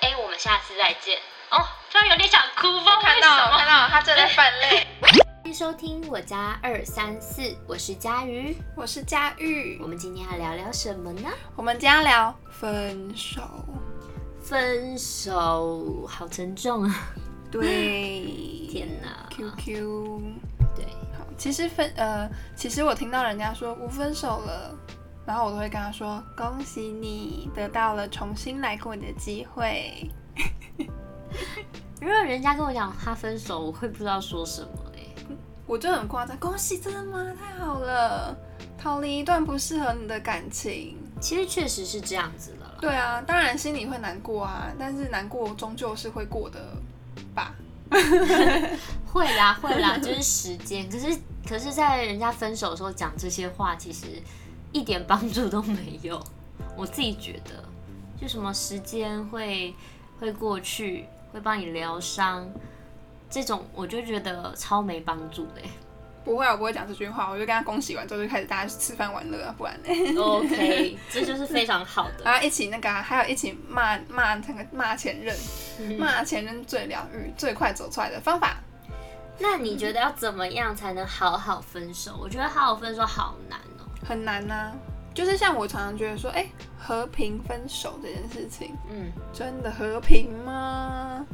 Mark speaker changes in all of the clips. Speaker 1: 哎下次再见。哦，突然有点想哭，不知道
Speaker 2: 看
Speaker 1: 为
Speaker 2: 到
Speaker 1: 什
Speaker 2: 看
Speaker 1: 么。
Speaker 2: 到，他正在泛泪。
Speaker 3: 欢迎收听我家二三四，我是佳瑜。
Speaker 2: 我是佳玉
Speaker 3: 我，们今天要聊聊什么呢？
Speaker 2: 我们今天聊分手。
Speaker 3: 分手，好沉重啊！
Speaker 2: 对，
Speaker 3: 天哪，
Speaker 2: ，QQ。
Speaker 3: 对，
Speaker 2: 好，其实分呃，其实我听到人家说我分手了，然后我都会跟他说恭喜你得到了重新来过的机会。
Speaker 3: 如果人家跟我讲他分手，我会不知道说什么哎、
Speaker 2: 我就很夸张，恭喜，真的吗？太好了，逃离一段不适合你的感情。
Speaker 3: 其实确实是这样子的啦。
Speaker 2: 对啊，当然心里会难过啊，但是难过终究是会过的吧。
Speaker 3: 会啦，会啦，就是时间。可是，可是在人家分手的时候讲这些话，其实一点帮助都没有。我自己觉得，就什么时间会会过去，会帮你疗伤，这种我就觉得超没帮助的欸。
Speaker 2: 不会啊，我不会讲这句话，我就跟他恭喜完之后就开始大家吃饭玩乐啊，不然嘞，
Speaker 3: OK，这就是非常好的。
Speaker 2: 然后一起那个啊、还有一起骂骂那个骂前任，骂前任最疗愈、最快走出来的方法。
Speaker 3: 那你觉得要怎么样才能好好分手？我觉得好好分手好难哦。
Speaker 2: 很难呐、就是像我常常觉得说，哎、和平分手这件事情，
Speaker 3: 嗯，
Speaker 2: 真的和平吗？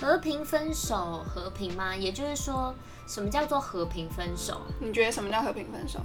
Speaker 3: 和平分手，和平吗？也就是说，什么叫做和平分手啊？
Speaker 2: 你觉得什么叫和平分手？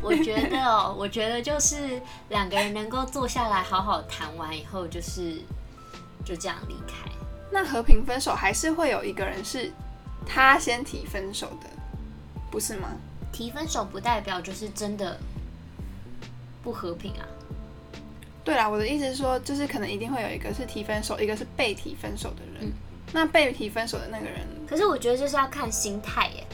Speaker 3: 我觉得哦，我觉得就是两个人能够坐下来好好谈完以后，就是就这样离开。
Speaker 2: 那和平分手还是会有一个人是他先提分手的，不是吗？
Speaker 3: 提分手不代表就是真的不和平啊。
Speaker 2: 对啦，我的意思是说，就是可能一定会有一个是提分手，一个是被提分手的
Speaker 3: 嗯
Speaker 2: 人。那被提分手的那个人
Speaker 3: 可是我觉得就是要看心态耶。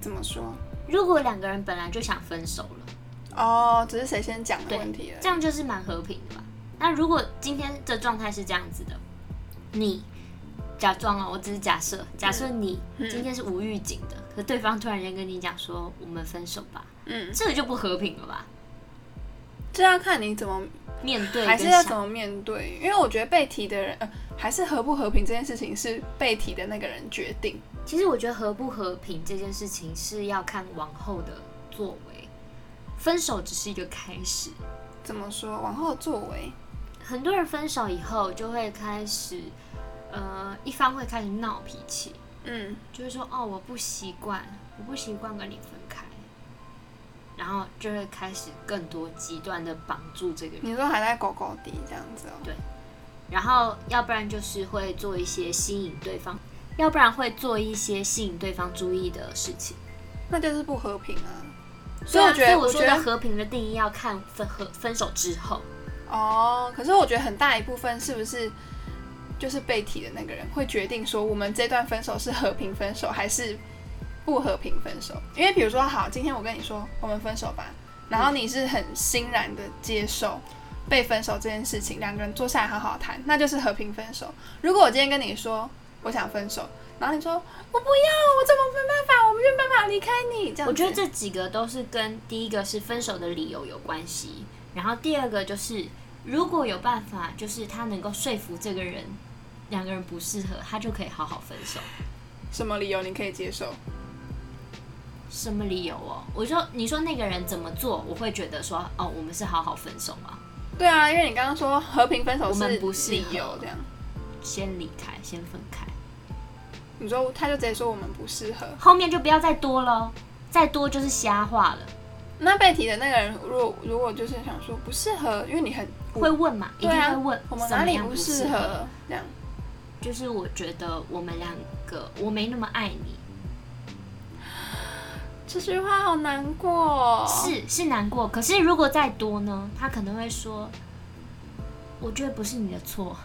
Speaker 2: 怎么说？
Speaker 3: 如果两个人本来就想分手了，
Speaker 2: 哦，只是谁先讲的问题了
Speaker 3: 这。样就是蛮和平的吧？那如果今天的状态是这样子的，你假装哦，我只是假设，假设你今天是无预警的，可对方突然间跟你讲说我们分手吧，
Speaker 2: 嗯，
Speaker 3: 这个就不和平了吧？
Speaker 2: 这要看你怎么，
Speaker 3: 面对跟
Speaker 2: 还是要
Speaker 3: 想
Speaker 2: 怎么面对。因为我觉得被提的人，呃，还是和不和平这件事情是被提的那个人决定。
Speaker 3: 其实我觉得和不和平这件事情是要看往后的作为，分手只是一个开始。
Speaker 2: 怎么说？往后作为，
Speaker 3: 很多人分手以后就会开始，呃，一方会开始闹脾气，
Speaker 2: 嗯，
Speaker 3: 就是说哦我不习惯，我不习惯跟你分开，然后就会开始更多极端的绑住这个人，
Speaker 2: 你说还在狗狗底这样子哦。
Speaker 3: 然后要不然就是会做一些吸引对方，要不然会做一些吸引对方注意的事情。
Speaker 2: 那就是不和平啊。所
Speaker 3: 对
Speaker 2: 以我
Speaker 3: 啊
Speaker 2: 觉得，
Speaker 3: 所以我
Speaker 2: 觉
Speaker 3: 说的
Speaker 2: 得
Speaker 3: 和平的定义要看分和分手之后，
Speaker 2: 哦，可是我觉得很大一部分是不是就是被提的那个人会决定说我们这段分手是和平分手还是不和平分手？因为比如说，好，今天我跟你说我们分手吧，然后你是很欣然的接受。被分手这件事情，两个人坐下来好好谈，那就是和平分手。如果我今天跟你说我想分手，然后你说我不要，我怎么没办法，我没有办法离开你，这样子
Speaker 3: 我觉得这几个都是跟第一个是分手的理由有关系，然后第二个就是如果有办法，就是他能够说服这个人两个人不适合，他就可以好好分手。
Speaker 2: 什么理由你可以接受？
Speaker 3: 什么理由哦？我说你说那个人怎么做，我会觉得说哦，我们是好好分手吗？
Speaker 2: 对啊，因为你刚刚说和平分手
Speaker 3: 我们不
Speaker 2: 是
Speaker 3: 适
Speaker 2: 理
Speaker 3: 合
Speaker 2: 由，这样
Speaker 3: 先离开，先分开，
Speaker 2: 你说他就直接说我们不适合。
Speaker 3: 后面就不要再多喽，再多就是瞎话了。
Speaker 2: 那被提的那个人，如果如果就是想说不适合，因为你很
Speaker 3: 会问嘛？一
Speaker 2: 对
Speaker 3: 定
Speaker 2: 啊，
Speaker 3: 会问，
Speaker 2: 我们
Speaker 3: 怎
Speaker 2: 哪
Speaker 3: 么
Speaker 2: 里
Speaker 3: 样不
Speaker 2: 适
Speaker 3: 合？
Speaker 2: 合这样。
Speaker 3: 就是我觉得我们两个，我没那么爱你，
Speaker 2: 这句话好难过，哦
Speaker 3: 是是难过。可是如果再多呢，他可能会说，我觉得不是你的错。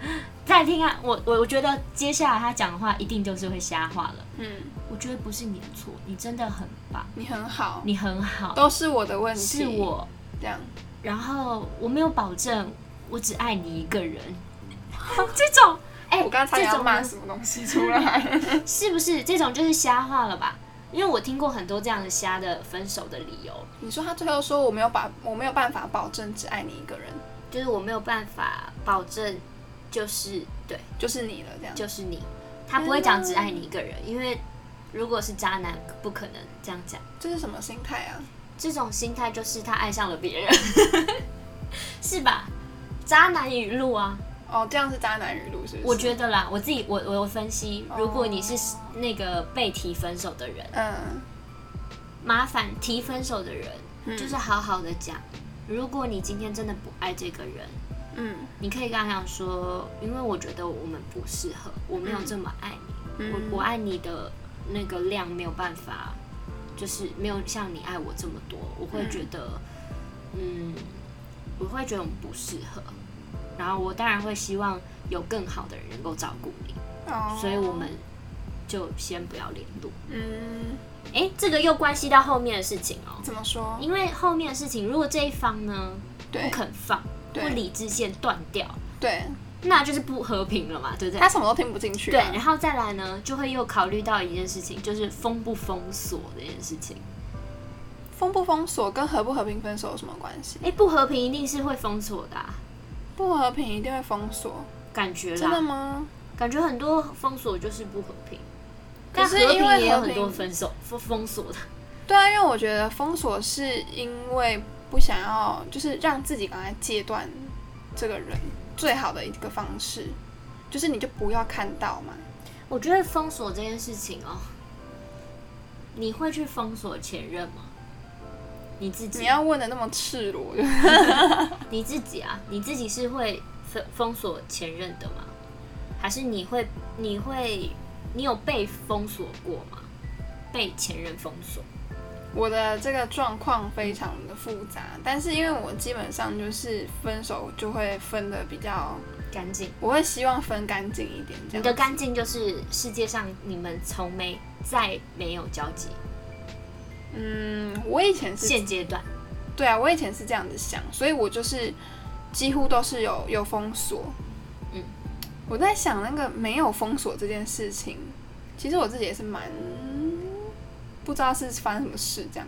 Speaker 3: 再听啊，我我我觉得接下来他讲的话一定就是会瞎话了。
Speaker 2: 嗯，
Speaker 3: 我觉得不是你的错，你真的很棒，
Speaker 2: 你很好，
Speaker 3: 你很好，
Speaker 2: 都是我的问题，
Speaker 3: 是我。
Speaker 2: 这样。
Speaker 3: 然后我没有保证，我只爱你一 个人。这种，哎、
Speaker 2: 我刚才
Speaker 3: 这
Speaker 2: 要
Speaker 3: 种
Speaker 2: 骂
Speaker 3: 呢
Speaker 2: 什么东西出来？
Speaker 3: 是不是这种就是瞎话了吧？因为我听过很多这样的瞎的分手的理由，
Speaker 2: 你说他最后说我没有把我没有办法保证只爱你一个人，
Speaker 3: 就是我没有办法保证就是对，
Speaker 2: 就是你了这样。
Speaker 3: 就是你，他不会讲只爱你一个人，
Speaker 2: 嗯
Speaker 3: 因为如果是渣男，不可能这样讲。
Speaker 2: 这是什么心态啊？
Speaker 3: 这种心态就是他爱上了别人， 是吧？渣男语录啊，
Speaker 2: 哦，这样是渣男语录是不是？
Speaker 3: 我觉得啦，我自己我我分析，
Speaker 2: 哦
Speaker 3: 如果你是那个被提分手的人，
Speaker 2: 嗯，
Speaker 3: 麻烦提分手的人
Speaker 2: 嗯
Speaker 3: 就是好好的讲，如果你今天真的不爱这个人，
Speaker 2: 嗯
Speaker 3: 你可以跟他讲说，因为我觉得我们不适合，我没有这么爱你，
Speaker 2: 嗯
Speaker 3: 我我爱你的那个量没有办法，就是没有像你爱我这么多，我会觉得，嗯，我会觉得我们不适合，然后我当然会希望有更好的人能够照顾你，
Speaker 2: 哦，
Speaker 3: 所以我们就先不要联络。
Speaker 2: 嗯，
Speaker 3: 诶，这个又关系到后面的事情哦，
Speaker 2: 怎么说？
Speaker 3: 因为后面的事情，如果这一方呢不
Speaker 2: 对
Speaker 3: 肯放，
Speaker 2: 对
Speaker 3: 或理智线断掉。
Speaker 2: 对，
Speaker 3: 那就是不和平了嘛，对不对
Speaker 2: 他？什么都听不进去
Speaker 3: 对
Speaker 2: 啊。，
Speaker 3: 然后再来呢，就会又考虑到一件事情，就是封不封锁这件事情。
Speaker 2: 封不封锁跟和不和平分手有什么关系？
Speaker 3: 哎，不和平一定是会封锁的、啊，
Speaker 2: 不和平一定会封锁，
Speaker 3: 感觉
Speaker 2: 真的
Speaker 3: 啦，
Speaker 2: 吗？
Speaker 3: 感觉很多封锁就是不和平，
Speaker 2: 可
Speaker 3: 但
Speaker 2: 是
Speaker 3: 和
Speaker 2: 因
Speaker 3: 平
Speaker 2: 为
Speaker 3: 也有
Speaker 2: 和
Speaker 3: 很多
Speaker 2: 平
Speaker 3: 分手封封锁的。
Speaker 2: 对啊，因为我觉得封锁是因为不想要，就是让自己赶快戒断这个人最好的一个方式，就是你就不要看到嘛。
Speaker 3: 嗯我觉得封锁这件事情哦，你会去封锁前任吗？你自己
Speaker 2: 你，要问的那么赤裸，就是
Speaker 3: 你自己啊，你自己是会封封锁前任的吗？还是你会你会你有被封锁过吗？被前任封锁？
Speaker 2: 我的这个状况非常的复杂，但是因为我基本上就是分手就会分的比较，
Speaker 3: 干净，
Speaker 2: 我会希望分干净一点。这
Speaker 3: 你
Speaker 2: 样
Speaker 3: 的
Speaker 2: 子
Speaker 3: 干净就是世界上你们从没再没有交集。
Speaker 2: 嗯，我以前是
Speaker 3: 现阶段，
Speaker 2: 对啊，我以前是这样子想，所以我就是几乎都是有有封锁。
Speaker 3: 嗯，
Speaker 2: 我在想那个没有封锁这件事情，其实我自己也是蛮不知道是发生什么事，这样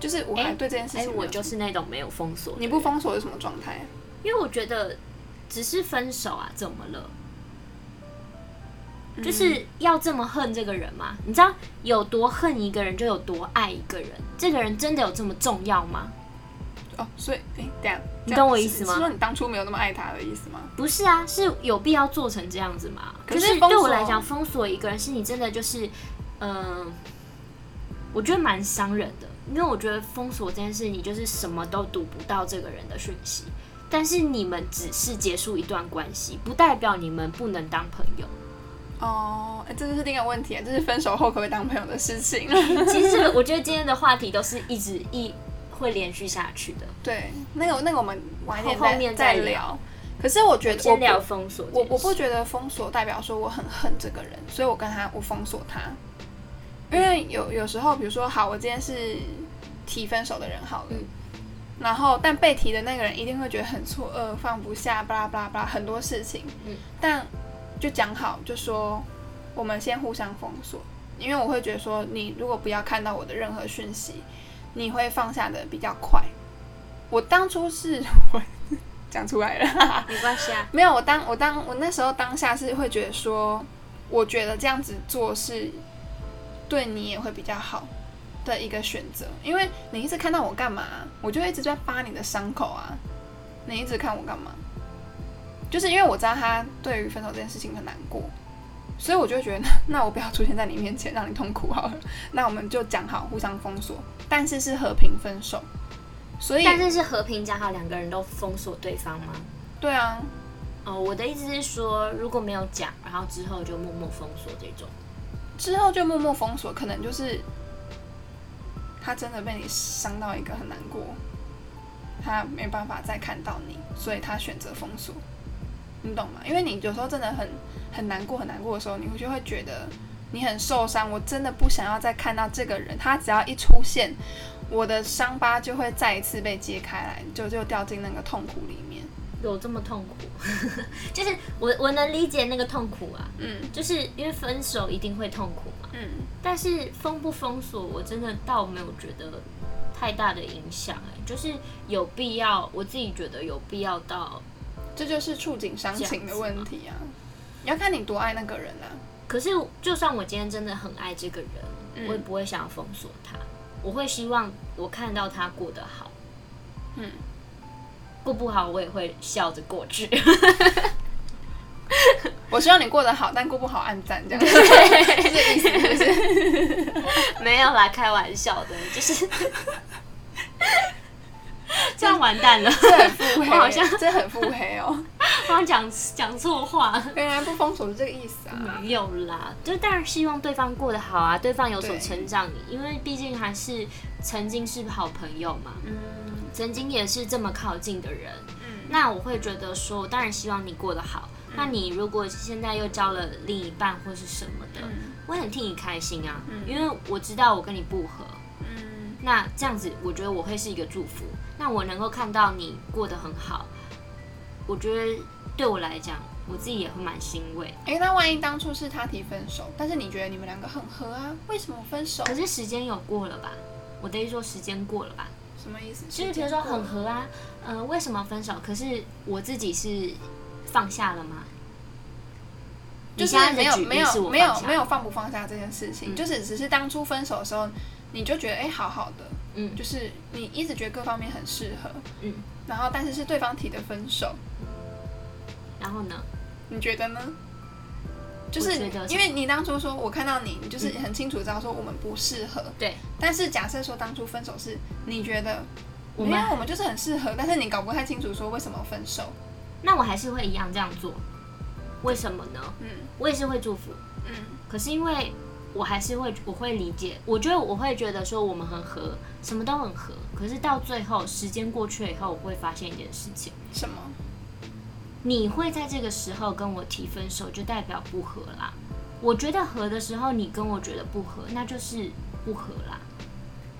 Speaker 2: 就是我还
Speaker 3: 哎
Speaker 2: 对这件事
Speaker 3: 哎、
Speaker 2: 情没有什么、
Speaker 3: 我就是那种没有封锁。
Speaker 2: 你不，封锁是什么状态啊？
Speaker 3: 因为我觉得只是分手啊，怎么了？
Speaker 2: 嗯
Speaker 3: 就是要这么恨这个人吗？你知道有多恨一个人，就有多爱一个人。这个人真的有这么重要吗？
Speaker 2: 哦，所以哎，这样
Speaker 3: 你懂我意思吗
Speaker 2: 是说你当初没有那么爱他的意思吗？
Speaker 3: 不是啊，是有必要做成这样子吗？
Speaker 2: 可
Speaker 3: 就是是
Speaker 2: 封
Speaker 3: 对
Speaker 2: 锁
Speaker 3: 我来讲，封锁一个人是你真的就是，嗯、我觉得蛮伤人的，因为我觉得封锁这件事，你就是什么都读不到这个人的讯息。但是你们只是结束一段关系，不代表你们不能当朋友。
Speaker 2: 哦，哎，这就是另一个问题啊，就是分手后可不可以当朋友的事情。
Speaker 3: 其实这个我觉得今天的话题都是一直一会连续下去的。
Speaker 2: 对，那个那个我们晚一点
Speaker 3: 后
Speaker 2: 再
Speaker 3: 后面
Speaker 2: 再
Speaker 3: 再聊
Speaker 2: 聊。可是我觉得我
Speaker 3: 先
Speaker 2: 不
Speaker 3: 聊封锁这件
Speaker 2: 我
Speaker 3: 事，
Speaker 2: 我不觉得封锁代表说我很恨这个人，所以我跟他我封锁他，因为有有时候比如说好，我今天是提分手的人好了，
Speaker 3: 嗯
Speaker 2: 然后但被提的那个人一定会觉得很错愕，放不下，巴拉巴拉巴拉很多事情，
Speaker 3: 嗯
Speaker 2: 但就讲好就说我们先互相封锁，因为我会觉得说你如果不要看到我的任何讯息，你会放下的比较快。我当初是 我讲出来了，哈哈
Speaker 3: 没关系啊。
Speaker 2: 没有，我当我当我那时候当下是会觉得说，我觉得这样子做是对你也会比较好的一个选择，因为你一直看到我干嘛，我就一直在扒你的伤口啊，你一直看我干嘛？就是因为我知道他对于分手这件事情很难过，所以我就会觉得，那 那我不要出现在你面前，让你痛苦好了。那我们就讲好互相封锁，但是是和平分手。所以，
Speaker 3: 但是是和平讲好，两个人都封锁对方吗？
Speaker 2: 对啊，
Speaker 3: 哦，我的意思是说，如果没有讲，然后之后就默默封锁这种，
Speaker 2: 之后就默默封锁，可能就是他真的被你伤到一个很难过，他没办法再看到你，所以他选择封锁，你懂吗？因为你有时候真的很很难过，很难过的时候，你会就会觉得你很受伤，我真的不想要再看到这个人，他只要一出现，我的伤疤就会再一次被揭开来，就就掉进那个痛苦里面。
Speaker 3: 有这么痛苦？ 就是我我能理解那个痛苦啊，
Speaker 2: 嗯
Speaker 3: 就是因为分手一定会痛苦嘛。
Speaker 2: 嗯，
Speaker 3: 但是封不封锁，我真的倒没有觉得欸太大的影响、哎，就是有必要，我自己觉得有必要到
Speaker 2: 这就是触景伤情的问题啊。你要看你多爱那个人啊。
Speaker 3: 可是，就算我今天真的很爱这个人，
Speaker 2: 嗯
Speaker 3: 我也不会想要封锁他，我会希望我看到他过得好，
Speaker 2: 嗯，
Speaker 3: 过不好我也会笑着过去。
Speaker 2: 我希望你过得好，但过不好暗赞这样。这意思就是
Speaker 3: 没有啦，开玩笑的，就是 这样完 蛋了。
Speaker 2: 这很腹黑，
Speaker 3: 我好像
Speaker 2: 这很腹黑哦。
Speaker 3: 我好像讲讲错话，
Speaker 2: 原来不封锁是这个意思啊。
Speaker 3: 没有啦，就当然希望对方过得好啊，对方有所
Speaker 2: 对
Speaker 3: 成长，因为毕竟还是曾经是好朋友嘛，
Speaker 2: 嗯
Speaker 3: 曾经也是这么靠近的人。
Speaker 2: 嗯，
Speaker 3: 那我会觉得说，我当然希望你过得好。那你如果现在又交了另一半或是什么的，
Speaker 2: 嗯
Speaker 3: 我很替你开心啊，
Speaker 2: 嗯
Speaker 3: 因为我知道我跟你不合。
Speaker 2: 嗯
Speaker 3: 那这样子，我觉得我会是一个祝福。那我能够看到你过得很好，我觉得对我来讲，我自己也会蛮欣慰。
Speaker 2: 哎、那万一当初是他提分手，但是你觉得你们两个很合啊，为什么分手
Speaker 3: 可？是时间有过了吧？我的意思说时间过了吧，
Speaker 2: 什么意思？
Speaker 3: 就是比如说很合啊，呃，为什么分手？可是我自己是放下了吗？
Speaker 2: 就
Speaker 3: 你
Speaker 2: 是
Speaker 3: 现在的
Speaker 2: 没有
Speaker 3: 举例
Speaker 2: 没有
Speaker 3: 是我
Speaker 2: 没有
Speaker 3: 放下
Speaker 2: 没有放不放下这件事情，
Speaker 3: 嗯
Speaker 2: 就是只是当初分手的时候，你就觉得哎、诶好好的，
Speaker 3: 嗯
Speaker 2: 就是你一直觉得各方面很适合，
Speaker 3: 嗯，
Speaker 2: 然后但是是对方提的分手，
Speaker 3: 然后呢？
Speaker 2: 你觉得呢？就是
Speaker 3: 我觉得是
Speaker 2: 因为你当初说我看到你，你就是很清楚知道说我们不适合，
Speaker 3: 对，
Speaker 2: 但是假设说当初分手是你觉得
Speaker 3: 我
Speaker 2: 没
Speaker 3: 们
Speaker 2: 有我们就是很适合，但是你搞不太清楚说为什么分手，
Speaker 3: 那我还是会一样这样做，为什么呢？
Speaker 2: 嗯
Speaker 3: 我也是会祝福，
Speaker 2: 嗯。
Speaker 3: 可是因为我还是会，我会理解，我觉得我会觉得说我们很合，什么都很合。可是到最后，时间过去了以后，我会发现一件事情：
Speaker 2: 什么？
Speaker 3: 你会在这个时候跟我提分手，就代表不合啦。我觉得合的时候，你跟我觉得不合，那就是不合啦。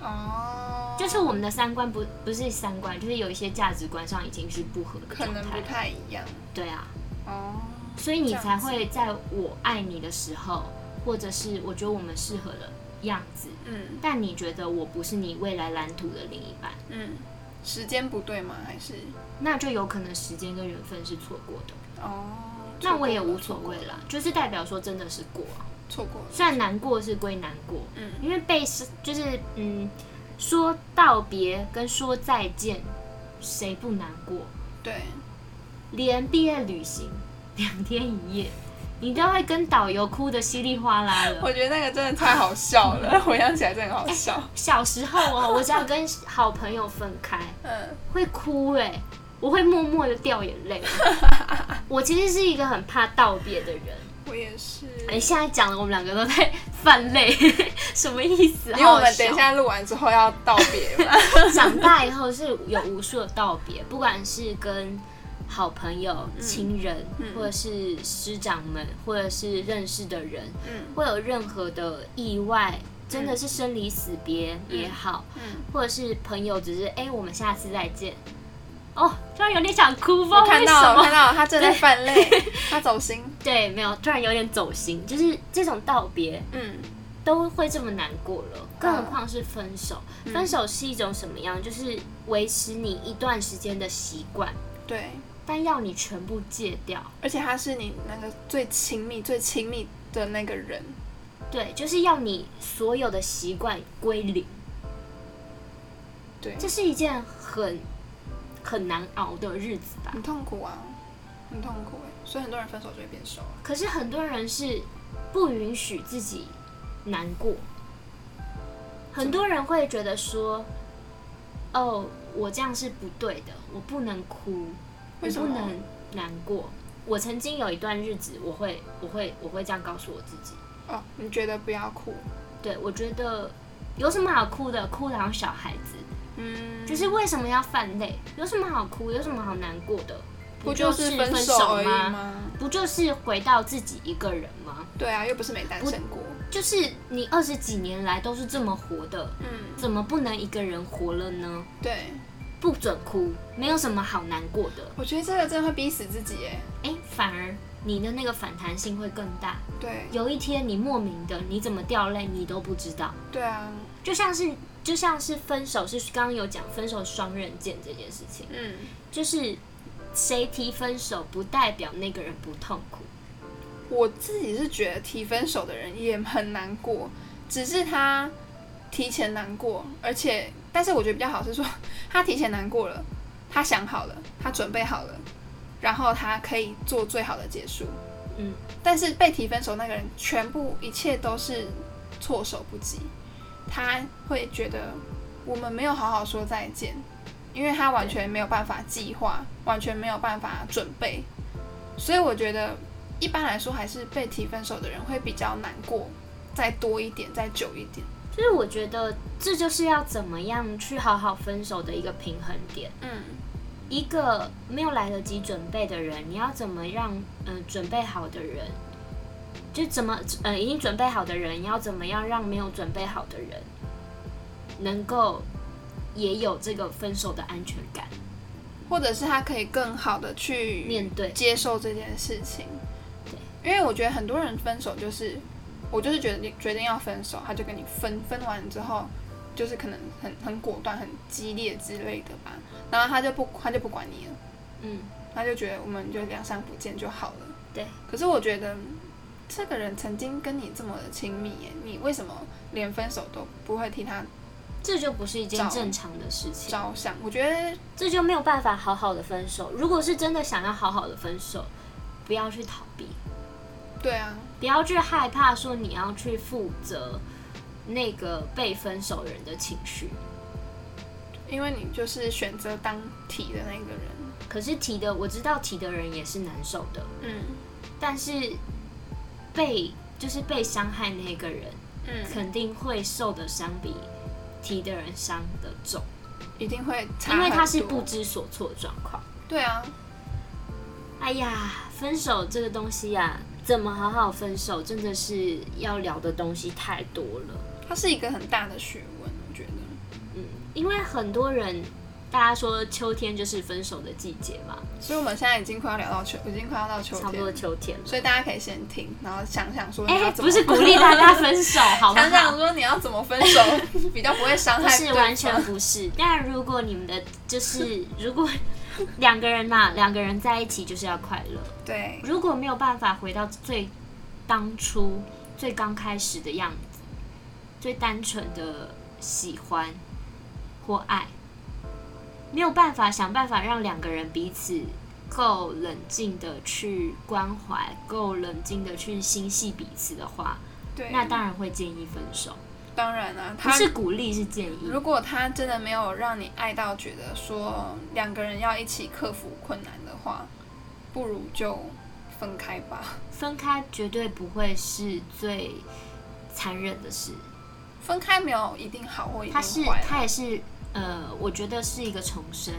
Speaker 2: 哦，
Speaker 3: 就是我们的三观不不是三观，就是有一些价值观上已经是不合的
Speaker 2: 可
Speaker 3: 状
Speaker 2: 能不
Speaker 3: 态。
Speaker 2: 太一样
Speaker 3: 对啊，
Speaker 2: 哦。
Speaker 3: 所以你
Speaker 2: 这
Speaker 3: 才
Speaker 2: 样子
Speaker 3: 会在我爱你的时候，或者是我觉得我们适合的样子，
Speaker 2: 嗯
Speaker 3: 但你觉得我不是你未来蓝图的另一半，
Speaker 2: 嗯，时间不对吗？还是
Speaker 3: 那就有可能时间跟缘分是错过的。
Speaker 2: 哦？
Speaker 3: 那我也
Speaker 2: 错过了
Speaker 3: 无所谓啦，就是代表说真的是过啊、
Speaker 2: 错过了。
Speaker 3: 虽然难过是归难过，
Speaker 2: 嗯
Speaker 3: 因为被是就是嗯说道别跟说再见，谁不难过？
Speaker 2: 对，
Speaker 3: 连毕业旅行两天一夜，你都会跟导游哭得稀里哗啦了。
Speaker 2: 我觉得那个真的太好笑了， 回想起来真的很好 笑。
Speaker 3: 小时候哦，我只要跟好朋友分开，
Speaker 2: 嗯
Speaker 3: 会哭哎、我会默默的掉眼 泪。我其实是一个很怕道别的人。
Speaker 2: 我也是。
Speaker 3: 哎、现在讲的我们两个都在 泛泪，什么意思？
Speaker 2: 因为我
Speaker 3: 好好
Speaker 2: 们
Speaker 3: 笑
Speaker 2: 等一下录完之后要道别嘛。
Speaker 3: 长大以后是有无数的道别，不管是跟好朋友、亲人，
Speaker 2: 嗯
Speaker 3: 或者是师长们，或者是认识的人，
Speaker 2: 嗯
Speaker 3: 会有任何的意外，真的是生离死别也好，
Speaker 2: 嗯，
Speaker 3: 或者是朋友只是哎、我们下次再见。哦，突然有点想哭，不知道
Speaker 2: 我看
Speaker 3: 为什
Speaker 2: 到我看
Speaker 3: 么。
Speaker 2: 到他正在泛泪，他走心。
Speaker 3: 对，没有，突然有点走心，就是这种道别
Speaker 2: 嗯
Speaker 3: 都会这么难过了，更何况是分手。分手是一种什么样？就是维持你一段时间的习惯，
Speaker 2: 对，
Speaker 3: 但要你全部戒掉。
Speaker 2: 而且他是你那个最亲密、最亲密的那个人。
Speaker 3: 对，就是要你所有的习惯归零，
Speaker 2: 对，
Speaker 3: 这是一件很很难熬的日子吧。
Speaker 2: 很痛苦啊，很痛苦哎、所以很多人分手就会变瘦啊。
Speaker 3: 可是很多人是不允许自己难过，很多人会觉得说，哦，我这样是不对的，我不能哭，我
Speaker 2: 为什么
Speaker 3: 不能难过。我曾经有一段日子，我会，我会，我会这样告诉我自己，
Speaker 2: 哦，你觉得不要哭？
Speaker 3: 对我觉得有什么好哭的，哭的好像小孩子，
Speaker 2: 嗯，
Speaker 3: 就是为什么要犯泪？有什么好哭？有什么好难过的？
Speaker 2: 不就
Speaker 3: 就
Speaker 2: 是
Speaker 3: 分
Speaker 2: 手而已
Speaker 3: 吗？
Speaker 2: 吗？
Speaker 3: 不就是回到自己一个人吗？
Speaker 2: 对啊，又不是没单身过。
Speaker 3: 就是你二十几年来都是这么活的，
Speaker 2: 嗯，
Speaker 3: 怎么不能一个人活了呢？
Speaker 2: 对，
Speaker 3: 不准哭，没有什么好难过的。
Speaker 2: 我觉得这个真的会逼死自己哎、
Speaker 3: 哎，反而你的那个反弹性会更大。
Speaker 2: 对，
Speaker 3: 有一天你莫名的，你怎么掉泪你都不知道。
Speaker 2: 对啊，
Speaker 3: 就像是就像是分手是刚刚有讲分手双刃剑这件事情，
Speaker 2: 嗯，
Speaker 3: 就是谁提分手不代表那个人不痛苦。
Speaker 2: 我自己是觉得提分手的人也很难过，只是他提前难过，而且，但是我觉得比较好是说，他提前难过了，他想好了，他准备好了，然后他可以做最好的结束。
Speaker 3: 嗯，
Speaker 2: 但是被提分手那个人，全部一切都是措手不及，他会觉得我们没有好好说再见，因为他完全没有办法计划，完全没有办法准备，所以我觉得一般来说还是被提分手的人会比较难过，再多一点，再久一点。
Speaker 3: 就是我觉得这就是要怎么样去好好分手的一个平衡点。
Speaker 2: 嗯，
Speaker 3: 一个没有来得及准备的人，你要怎么让嗯、呃准备好的人，就怎么呃已经准备好的人，你要怎么样让没有准备好的人能够也有这个分手的安全感？
Speaker 2: 或者是他可以更好的去
Speaker 3: 面对
Speaker 2: 接受这件事情。
Speaker 3: 对，
Speaker 2: 因为我觉得很多人分手就是，我就是决定决定要分手，他就跟你分，分完之后就是可能很很果断、很激烈之类的吧，然后他就不他就不管你了，
Speaker 3: 嗯，
Speaker 2: 他就觉得我们就两相不见就好了。
Speaker 3: 对，
Speaker 2: 可是我觉得这个人曾经跟你这么的亲密耶，你为什么连分手都不会替他
Speaker 3: 这就不是一件
Speaker 2: 找
Speaker 3: 正常的事情。
Speaker 2: 着想？我觉得
Speaker 3: 这就没有办法好好的分手。如果是真的想要好好的分手，不要去逃避，
Speaker 2: 对啊，
Speaker 3: 不要去害怕说你要去负责那个被分手人的情绪。
Speaker 2: 因为你就是选择当体的那个人。
Speaker 3: 可是提的我知道提的人也是难受的，
Speaker 2: 嗯
Speaker 3: 但是被就是被伤害那个人
Speaker 2: 嗯，
Speaker 3: 肯定会受的伤比提的人伤的重，
Speaker 2: 一定会差
Speaker 3: 因为他是
Speaker 2: 很多
Speaker 3: 不知所措的状况。
Speaker 2: 对啊，
Speaker 3: 哎呀，分手这个东西呀、怎么好好分手，真的是要聊的东西太多了。
Speaker 2: 它是一个很大的学问，我觉得。
Speaker 3: 嗯，因为很多人，大家说秋天就是分手的季节嘛，
Speaker 2: 所以我们现在已经快要聊到秋，已经快要到秋天，
Speaker 3: 差不多秋天了。
Speaker 2: 所以大家可以先听，然后想想说你
Speaker 3: 哎、
Speaker 2: 要怎么，
Speaker 3: 不是鼓励大家分手，好不
Speaker 2: 想想
Speaker 3: 好？
Speaker 2: 说你要怎么分 手比较不会伤
Speaker 3: 不
Speaker 2: 害，
Speaker 3: 是完全。不是，但如果你们的就是如果 两个人嘛、两个人在一起就是要快乐。
Speaker 2: 对，
Speaker 3: 如果没有办法回到最当初、最刚开始的样子，最单纯的喜欢或爱，没有办法想办法让两个人彼此够冷静的去关怀，够冷静的去心系彼此的话，
Speaker 2: 对，
Speaker 3: 那当然会建议分手，
Speaker 2: 当然啦、啊，
Speaker 3: 不
Speaker 2: 他
Speaker 3: 是鼓励，是建议。
Speaker 2: 如果他真的没有让你爱到觉得说两个人要一起克服困难的话，不如就分开吧。
Speaker 3: 分开绝对不会是最残忍的事。
Speaker 2: 分开没有一定好或一
Speaker 3: 它是
Speaker 2: 定坏啦，啊
Speaker 3: 它也是呃，我觉得是一个重生。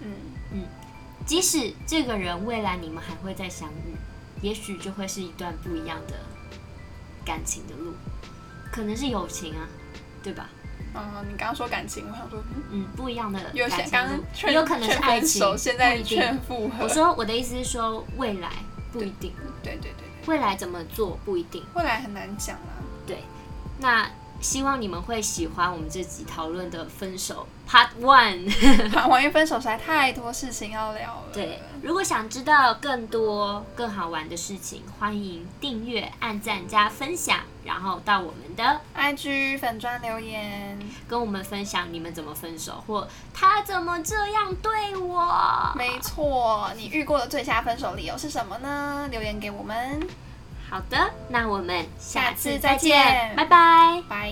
Speaker 2: 嗯，
Speaker 3: 即使这个人未来你们还会再相遇，也许就会是一段不一样的感情的路，可能是友情啊，对吧？
Speaker 2: 啊、你刚刚说感情，我想说，嗯，
Speaker 3: 嗯，不一样的
Speaker 2: 有
Speaker 3: 感
Speaker 2: 想
Speaker 3: 情
Speaker 2: 刚
Speaker 3: 的
Speaker 2: 刚
Speaker 3: 路，
Speaker 2: 劝
Speaker 3: 也有可能是
Speaker 2: 劝
Speaker 3: 爱
Speaker 2: 分
Speaker 3: 情
Speaker 2: 手，现在
Speaker 3: 不一定
Speaker 2: 劝。复合。
Speaker 3: 我说我的意思是说，未来不一定，
Speaker 2: 对对对对，
Speaker 3: 未来怎么做不一定。
Speaker 2: 未来很难讲啦。
Speaker 3: 那希望你们会喜欢我们这集讨论的分手 Part One。
Speaker 2: 网约分手实在太多事情要聊了。
Speaker 3: 对，如果想知道更多更好玩的事情，欢迎订阅、按赞、加分享，然后到我们的
Speaker 2: ，IG 粉砖留言，
Speaker 3: 跟我们分享你们怎么分手，或他怎么这样对我。
Speaker 2: 没错，你遇过的最佳分手理由是什么呢？留言给我们，
Speaker 3: 好的，那我们下
Speaker 2: 下次
Speaker 3: 次
Speaker 2: 再
Speaker 3: 再
Speaker 2: 见
Speaker 3: 见，拜拜。
Speaker 2: 拜。